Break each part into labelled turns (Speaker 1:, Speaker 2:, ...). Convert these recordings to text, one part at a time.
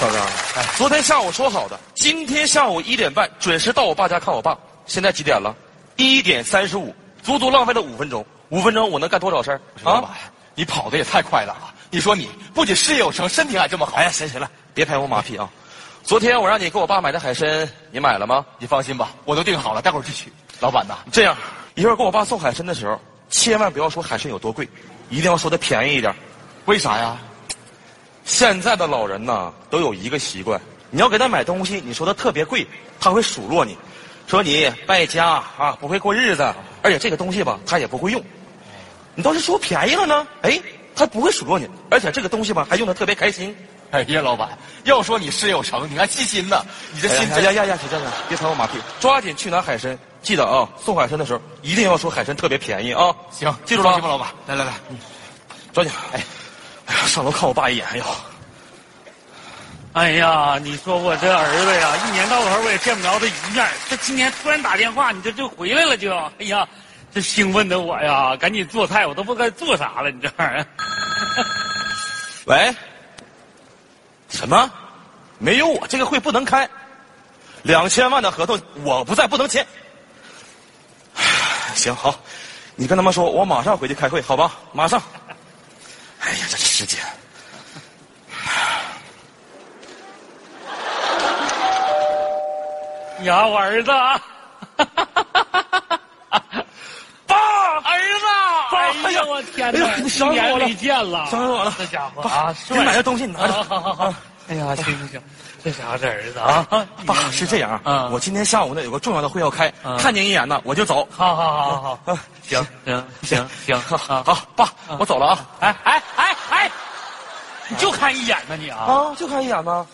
Speaker 1: 小刚，
Speaker 2: 哎，昨天下午说好的，今天下午一点半准时到我爸家看我爸。现在几点了？一点三十五，足足浪费了五分钟。五分钟我能干多少事儿啊
Speaker 1: 老板，你跑的也太快了啊！你说你不仅事业有成，身体还这么好。
Speaker 2: 哎呀，行行了，别拍我马屁啊！昨天我让你给我爸买的海参，你买了吗？
Speaker 1: 你放心吧，我都订好了，待会儿就去。老板呐，
Speaker 2: 这样，一会儿给我爸送海参的时候，千万不要说海参有多贵，一定要说的便宜一点。
Speaker 1: 为啥呀？
Speaker 2: 现在的老人呐，都有一个习惯，你要给他买东西，你说的特别贵，他会数落你，说你败家啊，不会过日子，而且这个东西吧，他也不会用。你倒是说便宜了呢，哎，他不会数落你，而且这个东西吧，还用的特别开心。
Speaker 1: 哎呀，老板，要说你事业有成，你还细心呢，你这
Speaker 2: 哎
Speaker 1: 心
Speaker 2: 呀
Speaker 1: 真
Speaker 2: 呀呀呀！小站长，别拍我马屁，抓紧去拿海参。记得啊，送海参的时候一定要说海参特别便宜啊。
Speaker 1: 行，
Speaker 2: 记住
Speaker 1: 放
Speaker 2: 了
Speaker 1: 心
Speaker 2: 啊，
Speaker 1: 吧，老板。来来来，
Speaker 2: 抓紧。哎，哎呀，上楼看我爸一眼。哎呦，
Speaker 3: 哎呀，你说我这儿子呀，一年到头我也见不着他一面儿。这今天突然打电话，你这就回来了就，哎呀，这兴奋的我呀，赶紧做菜，我都不知道该做啥了，你这玩意儿。
Speaker 2: 喂，什么？没有我这个会不能开，两千万的合同我不在不能签。唉行好，你跟他们说，我马上回去开会，好吧？马上。哎呀，这时间。
Speaker 3: 呀，我儿子啊，
Speaker 2: 爸，
Speaker 3: 儿子，哎呀，我天哪，
Speaker 2: 哎呀你
Speaker 3: 一
Speaker 2: 想死我了
Speaker 3: 年没见了，
Speaker 2: 想死我了
Speaker 3: 这家伙
Speaker 2: 爸
Speaker 3: 啊，，
Speaker 2: 你买
Speaker 3: 帅
Speaker 2: 的东西你拿
Speaker 3: 好
Speaker 2: 着。
Speaker 3: 好好好，哎呀，行行行，这家伙这儿子啊，
Speaker 2: 爸，是这样
Speaker 3: 啊
Speaker 2: 我今天下午呢有个重要的会要开
Speaker 3: 啊，
Speaker 2: 看您一眼呢我就走。
Speaker 3: 好好好好好，
Speaker 2: 啊，
Speaker 3: 行行行行，啊嗯好
Speaker 2: 好，爸，我走了啊。
Speaker 3: 哎哎哎哎，你就看一眼呢你啊，
Speaker 2: 啊，就看一眼呢。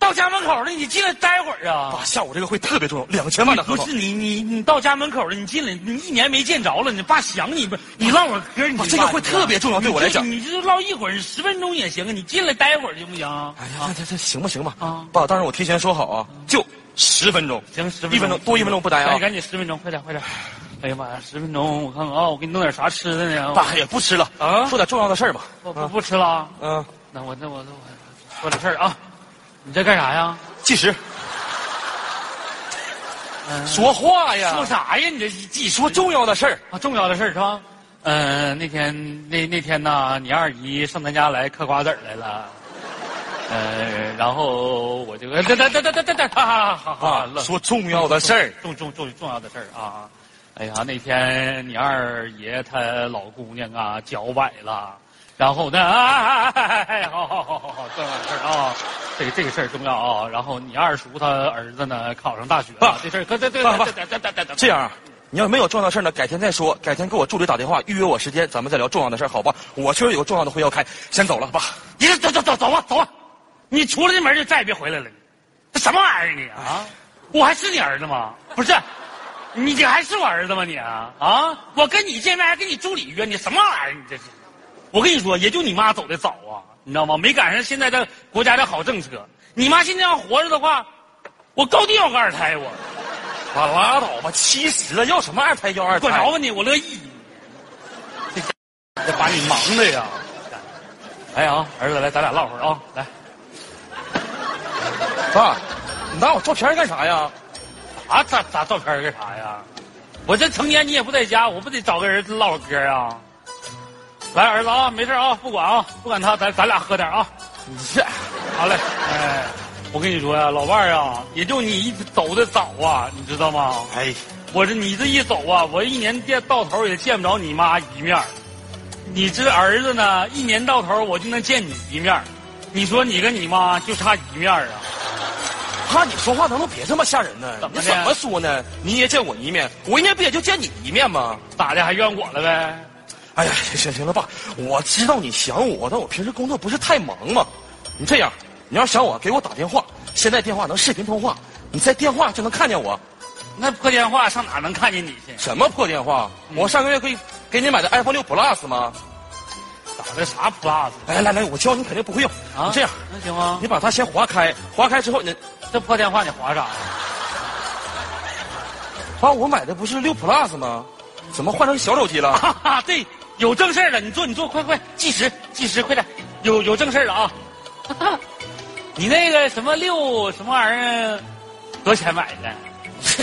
Speaker 3: 到家门口了，你进来待会儿啊。
Speaker 2: 爸，下午这个会特别重要，两千万的合
Speaker 3: 不
Speaker 2: 同
Speaker 3: 是。你你你到家门口了，你进来，你一年没见着了，你爸想你不？你唠会儿嗑，你
Speaker 2: 爸
Speaker 3: 爸
Speaker 2: 啊这个会特别重要，对我来讲。
Speaker 3: 你就唠一会儿，十分钟也行啊。你进来待会儿行不行？
Speaker 2: 哎呀，这这这行吧行吧
Speaker 3: 啊
Speaker 2: 爸，当然我提前说好啊，就十分钟，
Speaker 3: 行，十
Speaker 2: 一分钟多一分钟不待啊
Speaker 3: 赶紧。赶紧十分钟，快点快点。哎呀妈呀，十分钟，我看看啊，我给你弄点啥吃的呢？
Speaker 2: 爸也不吃了
Speaker 3: 啊
Speaker 2: 说点重要的事儿吧。
Speaker 3: 我不不吃了啊，
Speaker 2: 嗯，
Speaker 3: 那我那我那我说点事儿啊。你在干啥呀？
Speaker 2: 计时，
Speaker 3: 嗯
Speaker 2: 说话呀，
Speaker 3: 说啥呀？你这记
Speaker 2: 说重要的事儿。
Speaker 3: 啊，重要的事儿是吧？嗯、那天那那天呢，你二姨上咱家来嗑瓜子儿来了，呃，然后我就呃等等等等等等等，哈哈好好
Speaker 2: 啊，说重要的事儿，
Speaker 3: 重重重重要的事儿啊！哎呀，那天你二爷他老姑娘啊脚崴了，然后呢，啊，哎好好好好好，重要的事儿啊，这个这个事儿重要啊。然后你二叔他儿子呢考上大学了，这事儿可对对对对对对对对，
Speaker 2: 这样啊，你要没有重要的事儿呢，改天再说，改天给我助理打电话预约我时间，咱们再聊重要的事儿，好吧？我确实有个重要的会要开，先走了，爸。
Speaker 3: 你走走走走吧，走吧，你出了这门就再也别回来了，你这什么玩意儿你啊？我还是你儿子吗？不是，你这还是我儿子吗你啊？啊，我跟你见面还跟你助理约，你什么玩意儿你这是？我跟你说，也就你妈走的早啊，你知道吗？没赶上现在的国家的好政策。你妈现在要活着的话，我高低要个二胎我，
Speaker 2: 爸拉倒吧，七十了，要什么二胎要二
Speaker 3: 管
Speaker 2: 胎
Speaker 3: 着？吧你，我乐意。这家伙把你忙的呀！来啊，儿子，来，咱俩唠会儿啊，来。
Speaker 2: 爸，你拿我照片干啥呀？
Speaker 3: 啊，咋咋照片儿干啥呀？我这成天你也不在家，我不得找个人唠会嗑啊？来，儿子啊，没事啊，不管啊，不管他，咱咱俩喝点啊。
Speaker 2: 你这，
Speaker 3: 好嘞，哎，我跟你说呀、老伴儿啊，也就你一走的早啊，你知道吗？
Speaker 2: 哎，
Speaker 3: 我这你这一走啊，我一年见到头也见不着你妈一面儿你这儿子呢，一年到头我就能见你一面儿你说你跟你妈就差一面儿啊？
Speaker 2: 爸，你说话能不能别这么吓人呢？
Speaker 3: 怎么
Speaker 2: 你
Speaker 3: 的
Speaker 2: 怎么说呢？你也见我一面，我一年不也就见你一面吗？
Speaker 3: 咋的还怨我了呗？
Speaker 2: 哎呀，行行行了，爸，我知道你想我，但我平时工作不是太忙嘛。你这样，你要想我，给我打电话，现在电话能视频通话，你在电话就能看见我。
Speaker 3: 那破电话上哪能看见你去？
Speaker 2: 什么破电话？
Speaker 3: 嗯
Speaker 2: 我上个月给给你买的 iPhone 六 Plus 吗？哎
Speaker 3: 打的啥 plus
Speaker 2: 来来来，我教你肯定不会用
Speaker 3: 啊？
Speaker 2: 你这样，
Speaker 3: 那行吗？
Speaker 2: 你把它先划开，划开之后你
Speaker 3: 这破电话你划啥呀？
Speaker 2: 把我买的不是六 Plus 吗？怎么换成小手机了？
Speaker 3: 哈哈，对，有正事儿了，你坐你坐，快快计时计时，快点，有有正事儿了啊！你那个什么六什么玩意儿，多少钱买的？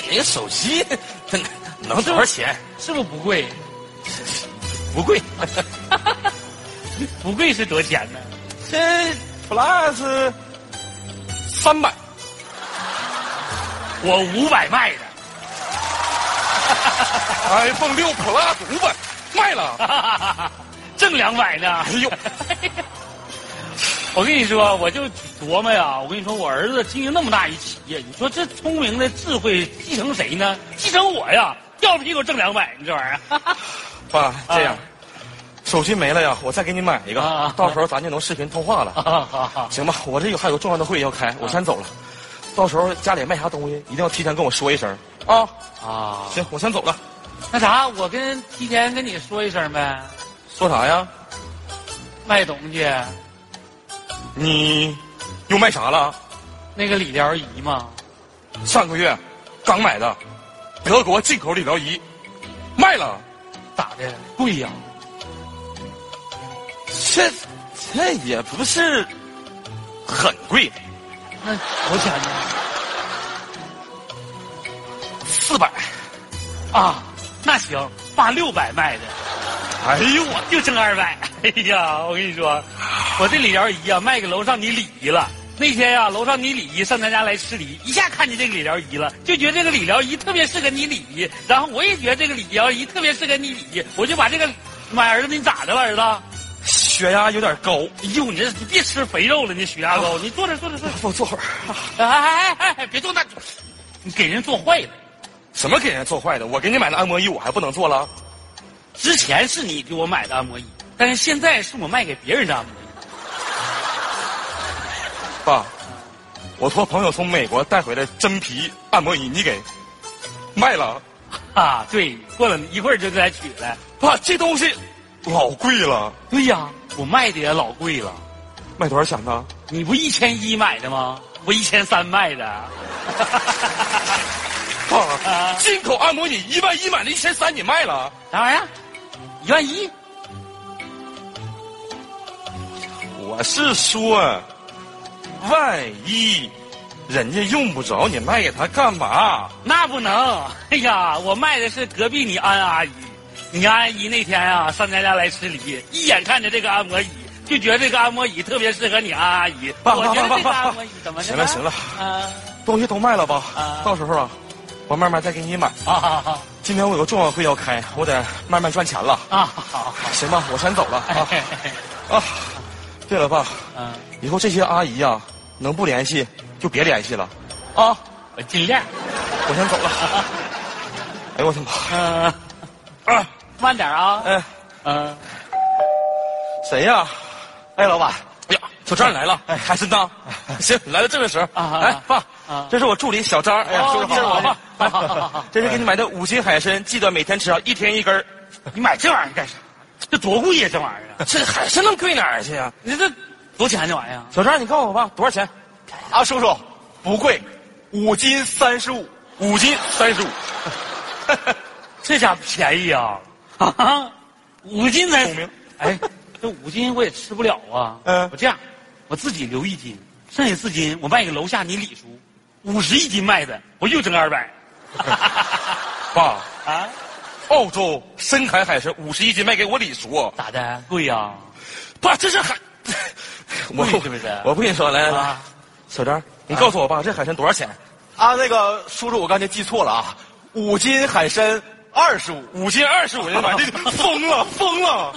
Speaker 2: 那个手机 能多少钱？
Speaker 3: 是不是不贵？
Speaker 2: 不贵，
Speaker 3: 不贵是多少钱呢？
Speaker 2: 这 plus 三百，
Speaker 3: 我五百卖的。
Speaker 1: iPhone 六 Plus 五百卖了，
Speaker 3: 啊 挣两百呢。哎呦， 我跟你说，我就琢磨呀，我跟你说，我儿子经营那么大一企业，你说这聪明的智慧继承谁呢？继承我呀，掉屁股挣两百，你这玩意儿。
Speaker 2: 爸这样
Speaker 3: 啊，
Speaker 2: 手机没了呀，我再给你买一
Speaker 3: 啊
Speaker 2: 个
Speaker 3: 啊，
Speaker 2: 到时候咱就能视频通话了。
Speaker 3: 好好好，
Speaker 2: 行吧，我这有还有重要的会要开，我先走了。到时候家里卖啥东西，一定要提前跟我说一声啊。
Speaker 3: 啊，
Speaker 2: 行，我先走了。
Speaker 3: 那啥，我跟提前跟你说一声呗，
Speaker 2: 说啥呀？
Speaker 3: 卖东西
Speaker 2: 你又卖啥了？
Speaker 3: 那个理疗仪嘛，
Speaker 2: 上个月刚买的德国进口理疗仪，卖了。
Speaker 3: 咋的贵呀、
Speaker 2: 这这也不是很贵，
Speaker 3: 那多少钱呢？
Speaker 2: 四百。
Speaker 3: 啊，那行，爸六百卖的。
Speaker 2: 哎呦
Speaker 3: 我就挣二百。 哎呀，我跟你说，我这理疗仪啊，卖给楼上你李姨了。那天呀、楼上你李姨上咱家来吃梨，一下看见这个理疗仪了，就觉得这个理疗仪特别适合你李姨，然后我也觉得这个理疗仪特别适合你李姨，我就把这个，妈呀儿子你咋的了儿子？哎
Speaker 2: 血压有点高，
Speaker 3: 呦，你这你别吃肥肉了，你血压高，你坐这坐这坐
Speaker 2: 我坐会儿。啊
Speaker 3: 这，哎哎哎哎，别坐那，你给人做坏了。
Speaker 2: 什么给人做坏的？我给你买的按摩椅我还不能做了？
Speaker 3: 之前是你给我买的按摩椅，但是现在是我卖给别人的按摩椅。
Speaker 2: 爸，我托朋友从美国带回来真皮按摩椅，你给卖了？
Speaker 3: 啊，对，过了一会儿就给他取来。
Speaker 2: 爸，这东西老贵了，
Speaker 3: 对呀，我卖的也老贵了。
Speaker 2: 卖多少钱呢？
Speaker 3: 你不一千一买的吗？我一千三卖的。
Speaker 2: 爸，
Speaker 3: 啊
Speaker 2: 进口按摩椅一万一买了一千三，你卖了？
Speaker 3: 啥玩意儿？一万一？
Speaker 2: 我是说，万一人家用不着，你卖给他干嘛？
Speaker 3: 那不能！哎呀，我卖的是隔壁你安阿姨。你安阿姨那天啊上咱家来吃梨，一眼看着这个按摩椅，就觉得这个按摩椅特别适合你安阿姨。
Speaker 2: 爸
Speaker 3: 我觉得
Speaker 2: 爸
Speaker 3: 这个
Speaker 2: 爸爸
Speaker 3: 按摩椅怎么的
Speaker 2: 行了行了，
Speaker 3: 啊
Speaker 2: 东西都卖了吧？
Speaker 3: 啊
Speaker 2: 到时候啊，我慢慢再给你买。
Speaker 3: 啊啊
Speaker 2: 今天我有个重要会要开，我得慢慢赚钱了。
Speaker 3: 啊！好，
Speaker 2: 行吧，我先走了啊
Speaker 3: 嗯、
Speaker 2: 啊！对了，爸，
Speaker 3: 啊，
Speaker 2: 以后这些阿姨啊，能不联系就别联系了。啊
Speaker 3: 哦，我 尽量。
Speaker 2: 我先走了。哎呦我的妈！
Speaker 3: 嗯、啊，慢点啊。
Speaker 2: 哎，
Speaker 3: 嗯、
Speaker 2: 谁呀？
Speaker 1: 哎，老板，
Speaker 2: 哎呀，小张来了，哎，还真当。行，来了正对时。
Speaker 3: 啊
Speaker 2: 哎，爸
Speaker 3: 啊，
Speaker 2: 这是我助理小张，哎呀，
Speaker 3: 哦
Speaker 2: 这是我
Speaker 3: 你好
Speaker 2: 爸。哎
Speaker 3: 好好好
Speaker 2: 这是给你买的五斤海参，记得每天吃啊，一天一根儿
Speaker 3: 你买这玩意儿干啥？这多贵呀，这玩意儿 啊！
Speaker 2: 这海参能贵哪儿去啊呀？
Speaker 3: 你这多钱啊这玩意儿？
Speaker 2: 小张，你告诉我吧，多少钱？
Speaker 1: 啊，叔叔不贵，五斤三十五，
Speaker 2: 五斤三 十五。
Speaker 3: 这家便宜啊！啊，五斤才
Speaker 2: 聪明。
Speaker 3: 哎，这五斤我也吃不了啊。
Speaker 2: 嗯
Speaker 3: 我这样，我自己留一斤，剩下四斤我卖给楼下你李叔，五十一斤卖的，我又挣二百。
Speaker 2: 爸，
Speaker 3: 啊？
Speaker 2: 澳洲深海海参五十一斤卖给我李叔，啊
Speaker 3: 咋的？贵呀、
Speaker 2: 爸，这是 海， 我
Speaker 3: 贵是不是
Speaker 2: 我不跟你说，
Speaker 1: 嗯
Speaker 2: 来来来，
Speaker 3: 啊？
Speaker 2: 小张，你告诉我吧，这海参多少钱？
Speaker 1: 啊，那个叔叔我刚才记错了啊，五斤海参二十五，
Speaker 2: 五斤二十五人哎买，这 疯了疯了！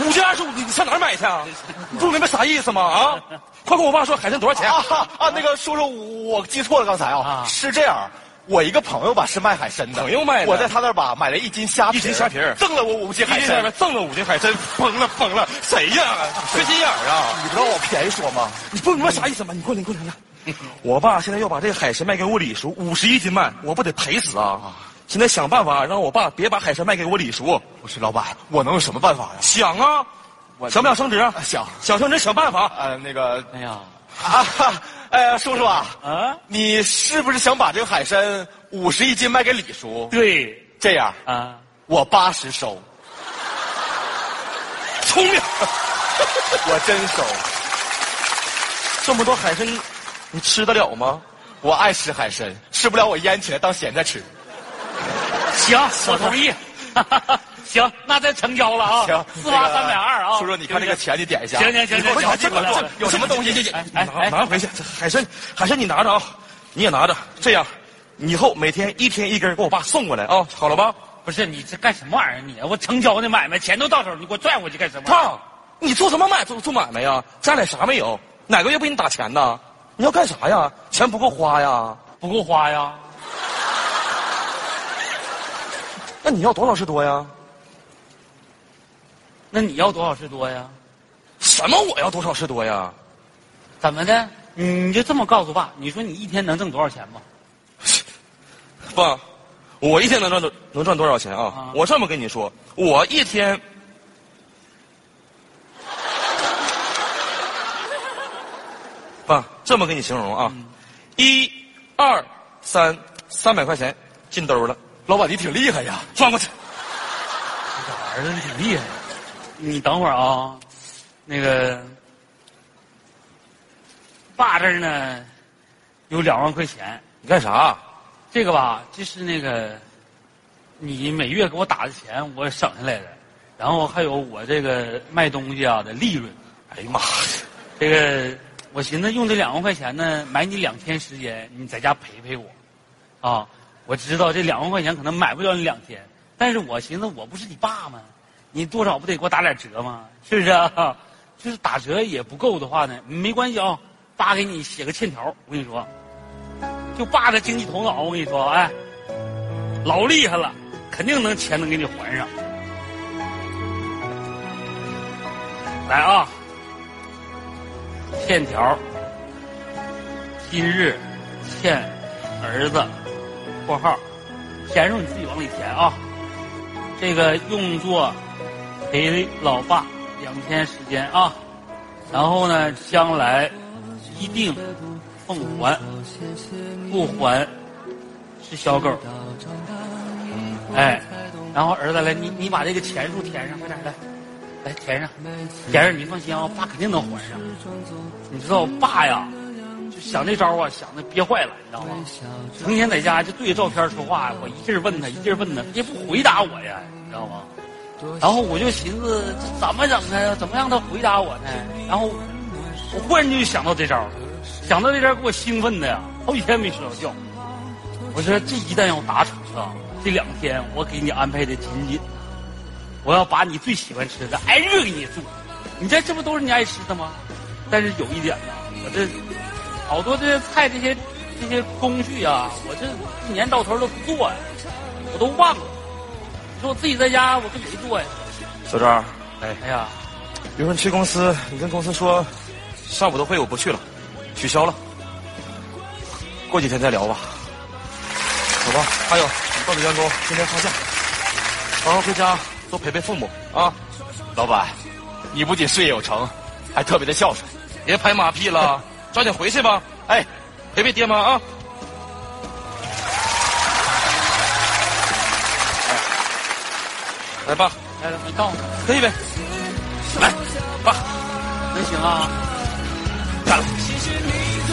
Speaker 2: 五斤二十五，你上哪儿买去啊？你不明白啥意思吗？啊，快跟我爸说海参多少钱？
Speaker 1: 啊啊，那个叔叔，我记错了，刚才啊，
Speaker 3: 啊
Speaker 1: 是这样。我一个朋友吧是卖海参的，
Speaker 2: 朋友卖的
Speaker 1: 我在他那儿吧买了一斤虾皮儿，
Speaker 2: 一斤虾皮儿
Speaker 1: 赠了我五斤海
Speaker 2: 一斤那
Speaker 1: 参
Speaker 2: 边，赠了五斤海参，疯了疯了！谁呀？缺心眼儿啊！
Speaker 1: 你不知道我便宜说吗？
Speaker 2: 你不明白啥意思吗？你过来，你过来，来。 我爸现在要把这个海参卖给我李叔，五十一斤卖，我不得赔死啊！现在想办法让我爸别把海参卖给我李叔。
Speaker 1: 不是老板，我能有什么办法呀？
Speaker 2: 想啊，
Speaker 1: 我
Speaker 2: 想不想升职啊？
Speaker 1: 想
Speaker 2: 想升职想办法。
Speaker 1: 呃，那个
Speaker 3: 哎呀，
Speaker 1: 啊，哎，叔叔啊，
Speaker 3: 啊，
Speaker 1: 你是不是想把这个海参五十一斤卖给李叔？
Speaker 3: 对
Speaker 1: 这样，
Speaker 3: 啊，
Speaker 1: 我八十收，
Speaker 2: 聪明，
Speaker 1: 我真收。
Speaker 2: 这么多海参你吃得了吗？
Speaker 1: 我爱吃海参，吃不了我腌起来当咸菜吃。
Speaker 3: 行，我同意。 行，那咱成交了啊！
Speaker 1: 行，
Speaker 3: 四八三百二啊！
Speaker 1: 叔叔，你看这个钱，你点一下。
Speaker 3: 行行行
Speaker 1: 你给我
Speaker 3: 行
Speaker 1: 瞧
Speaker 3: 行
Speaker 1: 这个
Speaker 3: 行
Speaker 1: 这有什么东西？
Speaker 3: 哎
Speaker 2: 拿
Speaker 3: 哎哎，
Speaker 2: 拿回去，这海参，海参你拿着啊，你也拿着，这样，你
Speaker 1: 哦
Speaker 2: 以后每天一天一根给我爸送过来啊，好了吧？
Speaker 3: 不是你这干什么玩意儿？你我成交的买卖，钱都到手，你给我拽回去干什么？
Speaker 2: 爸，你做什么买做做买卖呀？家里啥没有？哪个月不给你打钱呢？你要干啥呀？钱不够花呀？
Speaker 3: 不够花呀？
Speaker 2: 那你要多少是多呀？
Speaker 3: 那你要多少是多呀？
Speaker 2: 什么我要多少是多呀？
Speaker 3: 怎么的？你就这么告诉爸，你说你一天能挣多少钱吧？
Speaker 2: 爸，我一天能赚多能赚多少钱啊
Speaker 3: 啊？
Speaker 2: 我这么跟你说，我一天 爸，这么跟你形容啊，一、二、三，三百块钱进兜了，
Speaker 1: 老板，你挺厉害呀。
Speaker 2: 转过去。
Speaker 3: 儿子，你挺厉害。你等会儿啊，那个，爸这儿呢有两万块钱，
Speaker 2: 你干啥？
Speaker 3: 这个吧，这是那个你每月给我打的钱，我省下来的，然后还有我这个卖东西啊的利润，
Speaker 2: 哎呀妈呀！
Speaker 3: 这个我寻思用这两万块钱呢，买你两天时间，你在家陪陪我，啊，我知道这两万块钱可能买不了你两天，但是我寻思我不是你爸吗？你多少不得给我打点折吗？是不是啊？ 就是打折也不够的话呢，没关系啊、爸给你写个欠条，我跟你说，就爸的经济头脑，我跟你说，哎，老厉害了，肯定能钱能给你还上。来啊！欠条，今日欠儿子（括号）钱数你自己往里填啊。这个用作陪老爸两天时间啊，然后呢，将来一定奉还，不还是小狗。哎，然后儿子来，你你把这个钱数填上，快点来，来填上，填上，你放心啊、爸肯定能还上。你知道我爸呀，就想这招啊，想的憋坏了，你知道吗？成天在家就对着照片说话，我一劲儿问他，一劲儿问他，他也不回答我呀，你知道吗？然后我就寻思这怎么整啊？怎么让他回答我呢？然后我忽然就想到这招了，想到这招给我兴奋的呀，好几天没睡着觉。我说这一旦要达成啊，这两天我给你安排的紧紧的，我要把你最喜欢吃的挨个给你做。你这这不都是你爱吃的吗？但是有一点呢，我这好多这些菜这些这些工序啊，我这一年到头都不做呀、我都忘了。你说我自己在家，我跟谁做呀、
Speaker 2: 小张，
Speaker 3: 哎呀，
Speaker 2: 比如说你去公司，你跟公司说，上午的会我不去了，取消了，过几天再聊吧。走吧，还有报给员工今天放假，好好回家多陪陪父母啊，
Speaker 1: 老板，你不仅事业有成，还特别的孝顺。
Speaker 2: 别拍马屁了，抓紧回去吧，
Speaker 1: 哎，
Speaker 2: 陪陪爹妈啊。哎来吧，
Speaker 3: 来哎来，你告诉
Speaker 2: 可以呗，来，爸，
Speaker 3: 我，能行啊？
Speaker 2: 干了。
Speaker 4: 我